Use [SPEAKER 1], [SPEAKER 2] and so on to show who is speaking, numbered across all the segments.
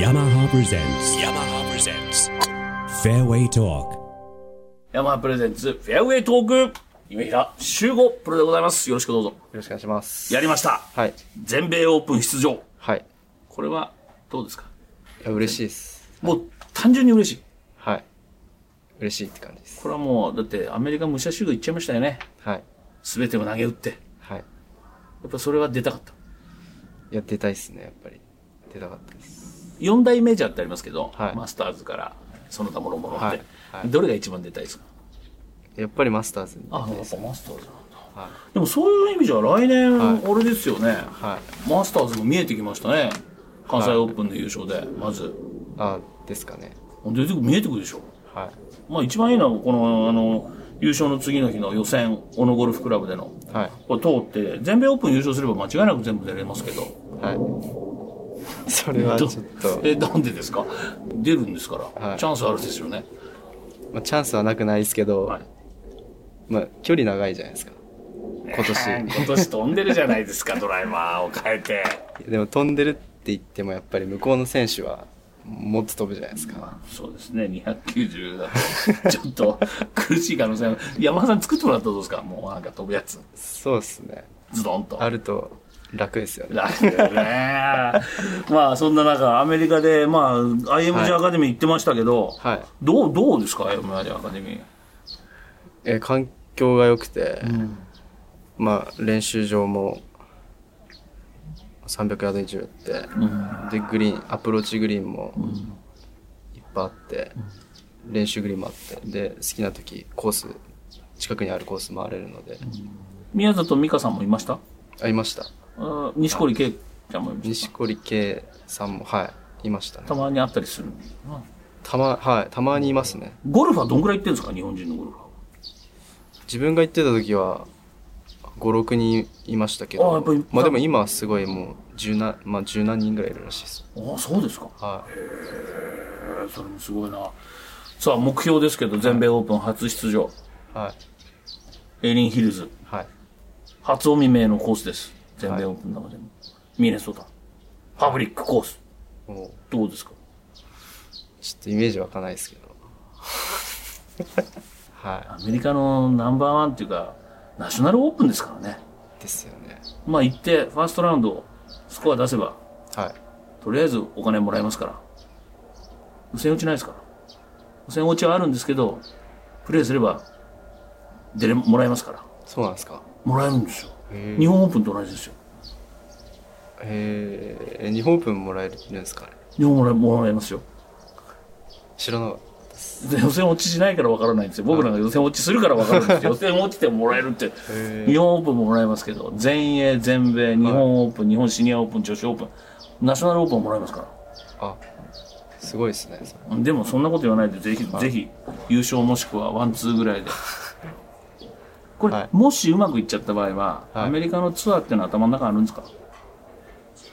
[SPEAKER 1] yamaha presents yamaha presents fairway talk
[SPEAKER 2] ヤマハプレゼンツフェアウェイトーク今平集合プロでございます。よろしくどうぞ。
[SPEAKER 3] よろしくお願いします。
[SPEAKER 2] やりました。
[SPEAKER 3] はい。
[SPEAKER 2] 全米オープン出場。
[SPEAKER 3] はい。
[SPEAKER 2] これはどうですか
[SPEAKER 3] いや、嬉しいです。
[SPEAKER 2] もう単純に嬉しい。
[SPEAKER 3] はい。嬉しいって感じです。
[SPEAKER 2] これはもう、だってアメリカ武者修行行っちゃいましたよね。
[SPEAKER 3] はい。
[SPEAKER 2] すべてを投げ打って。や
[SPEAKER 3] はい。
[SPEAKER 2] っぱそれは出たかった。
[SPEAKER 3] いや、出たいっすね、やっぱり。出たかったです。
[SPEAKER 2] 四大メジャーってありますけど、
[SPEAKER 3] はい
[SPEAKER 2] マスターズからその他もろもろって、
[SPEAKER 3] はいはい
[SPEAKER 2] どれが一番出たいですか
[SPEAKER 3] やっぱりマスターズに出
[SPEAKER 2] あ、
[SPEAKER 3] たい
[SPEAKER 2] や
[SPEAKER 3] で
[SPEAKER 2] っ
[SPEAKER 3] す
[SPEAKER 2] ぱ
[SPEAKER 3] ね。
[SPEAKER 2] マスターズなんだ。
[SPEAKER 3] は
[SPEAKER 2] でもそういう意味じゃ来年、
[SPEAKER 3] はい
[SPEAKER 2] 俺ですよね、
[SPEAKER 3] い。はい。
[SPEAKER 2] マスターズも見えてきましたね。関西オープンの優勝で、まず。
[SPEAKER 3] あ、ですかね。
[SPEAKER 2] 出てく見えてくるでしょ。
[SPEAKER 3] は
[SPEAKER 2] まあ一番いいのは、この、あの、優勝の次の日の予選、小野ゴルフクラブでの。
[SPEAKER 3] い。はい。
[SPEAKER 2] これ通って、全米オープン優勝すれば間違いなく全部出れますけど。
[SPEAKER 3] はい。 それはちょっと、
[SPEAKER 2] え、なんでですか出るんですから、
[SPEAKER 3] はい
[SPEAKER 2] チャンスあるですよね。
[SPEAKER 3] まあ、チャンスはなくないですけど、
[SPEAKER 2] はい
[SPEAKER 3] まあ、距離長いじゃないですか。今年。
[SPEAKER 2] 今年飛んでるじゃないですか、ドライバーを変えて。
[SPEAKER 3] でも、飛んでるって言っても、やっぱり向こうの選手は、もっと飛ぶじゃないですか。
[SPEAKER 2] そうですね、290だと。ちょっと苦しい可能性が。山田さん作ってもらったらどうですかもうなんか飛ぶやつ。
[SPEAKER 3] そうですね。
[SPEAKER 2] ズドンと。
[SPEAKER 3] あると、楽ですよね。
[SPEAKER 2] 楽だよね。 まあ、そんな中、アメリカで、まあ、IMG アカデミー行ってましたけど、
[SPEAKER 3] はい。
[SPEAKER 2] どう、どうですか、IMG アカデミー。
[SPEAKER 3] えー環境が良くて、まあ練習場も300ヤード以上やって、でグリーンアプローチグリーンもいっぱいあって、練習グリーンもあってで好きな時コース近くにあるコース回れるので、
[SPEAKER 2] 宮里美香さんもいました
[SPEAKER 3] あいました
[SPEAKER 2] あ西堀圭ちゃんもいました。
[SPEAKER 3] 錦織圭さんもはいいましたね
[SPEAKER 2] たまに会ったりする。
[SPEAKER 3] たまはいたまにいますね
[SPEAKER 2] ゴルフはどんぐらい行ってるんですか、日本人のゴルフ
[SPEAKER 3] 自分が行ってた時は56人いましたけ
[SPEAKER 2] あやっぱいっ
[SPEAKER 3] ど
[SPEAKER 2] ぱい
[SPEAKER 3] まあでも今はすごいもう十何,、まあ、十何人ぐらいいるらしいです
[SPEAKER 2] ァー。ああ、そうですか。
[SPEAKER 3] はい
[SPEAKER 2] えーそれもすごいな。さあ、目標ですけど、全米オープン初出場。
[SPEAKER 3] はい。
[SPEAKER 2] エリンヒルズ。
[SPEAKER 3] はい。
[SPEAKER 2] 初お見名のコースです。全米オープンの中でも。ミネソタ。パブリックコース。
[SPEAKER 3] もう、
[SPEAKER 2] どうですか
[SPEAKER 3] ちょっとイメージ湧かないですけど。は
[SPEAKER 2] アメリカのナンバーワンっていうか、ナショナルオープンですからね。
[SPEAKER 3] い。ですよね。
[SPEAKER 2] まあ行って、ファーストラウンド、スコア出せば、
[SPEAKER 3] はい。
[SPEAKER 2] とりあえずお金もらえますから。無線落ちないですから。無線落ちはあるんですけど、プレイすれば、出れ、もらえますから。
[SPEAKER 3] そうなんですか。
[SPEAKER 2] もらえるんですよ。
[SPEAKER 3] へ
[SPEAKER 2] 日本オープンと同じですよ。
[SPEAKER 3] えー、日本オープンもらえるんですかね。
[SPEAKER 2] 日本もらえもらえますよ。
[SPEAKER 3] 知らなかっ
[SPEAKER 2] で予選落ちしないからわからないんですよ。僕なんか予選落ちするからわかるん ですよ。予選落ちてもらえるって。
[SPEAKER 3] た。へ
[SPEAKER 2] 日本オープンももらえますけど、全英、全米、日本オープン、日本シニアオープン、女子オープン、ナショナルオープンももらえますから。
[SPEAKER 3] あ、すごいですね。それ
[SPEAKER 2] でもそんなこと言わないでぜひ、ぜひ優勝もしくはワンツーぐらいでこれ、
[SPEAKER 3] はい
[SPEAKER 2] もしうまくいっちゃった場合は、
[SPEAKER 3] は
[SPEAKER 2] ア
[SPEAKER 3] い
[SPEAKER 2] メリカのツアーっていうのは頭の中あるんですか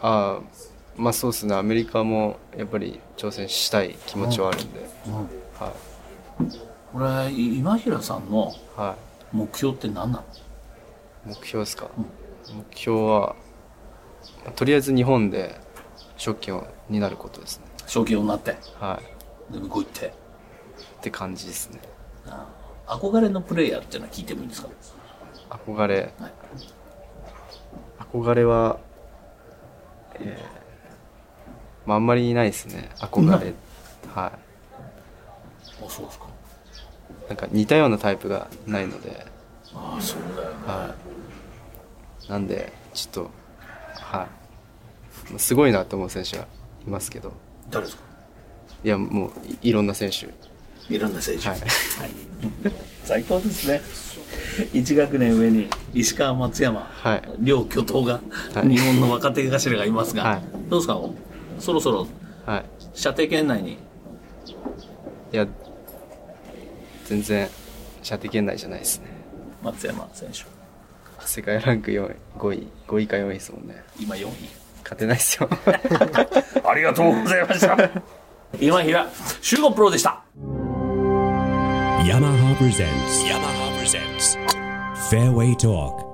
[SPEAKER 3] あーまあそうですね。アメリカもやっぱり挑戦したい気持ちはあるんで。は
[SPEAKER 2] これ今平さんの
[SPEAKER 3] い。は
[SPEAKER 2] 目標って何なの
[SPEAKER 3] い。目標ですか。目標は、まあとりあえず日本で賞金王になることですね。
[SPEAKER 2] 賞金王になって
[SPEAKER 3] はい。
[SPEAKER 2] で向こう行って
[SPEAKER 3] って感じですね。
[SPEAKER 2] 憧れのプレイヤーっていうのは聞いてもいいんですか
[SPEAKER 3] 憧れ、
[SPEAKER 2] はい
[SPEAKER 3] 憧れは、えーまああんまりいないですね憧れは
[SPEAKER 2] あそうですか
[SPEAKER 3] いなんか似たようなタイプがないので
[SPEAKER 2] ああそうだよね
[SPEAKER 3] なんでちょっとはいまあすごいなと思う選手はいますけど
[SPEAKER 2] 誰ですか
[SPEAKER 3] いやもういいろんな選手
[SPEAKER 2] いろんな選手、
[SPEAKER 3] はい
[SPEAKER 2] 最高ですね1学年上に石川松山、
[SPEAKER 3] はい
[SPEAKER 2] 両巨頭が、
[SPEAKER 3] はい
[SPEAKER 2] 日本の若手頭がいますが、
[SPEAKER 3] はい
[SPEAKER 2] どうですかそろそろ
[SPEAKER 3] はい
[SPEAKER 2] 射程圏内に
[SPEAKER 3] いや全然射程圏内じゃないですね
[SPEAKER 2] 松山選手
[SPEAKER 3] 世界ランク4位5位5位か4位ですもんね
[SPEAKER 2] 今4位
[SPEAKER 3] 勝てないですよ
[SPEAKER 2] ありがとうございました今平集合プロでした
[SPEAKER 1] yamaha presents yamaha presents fairway talk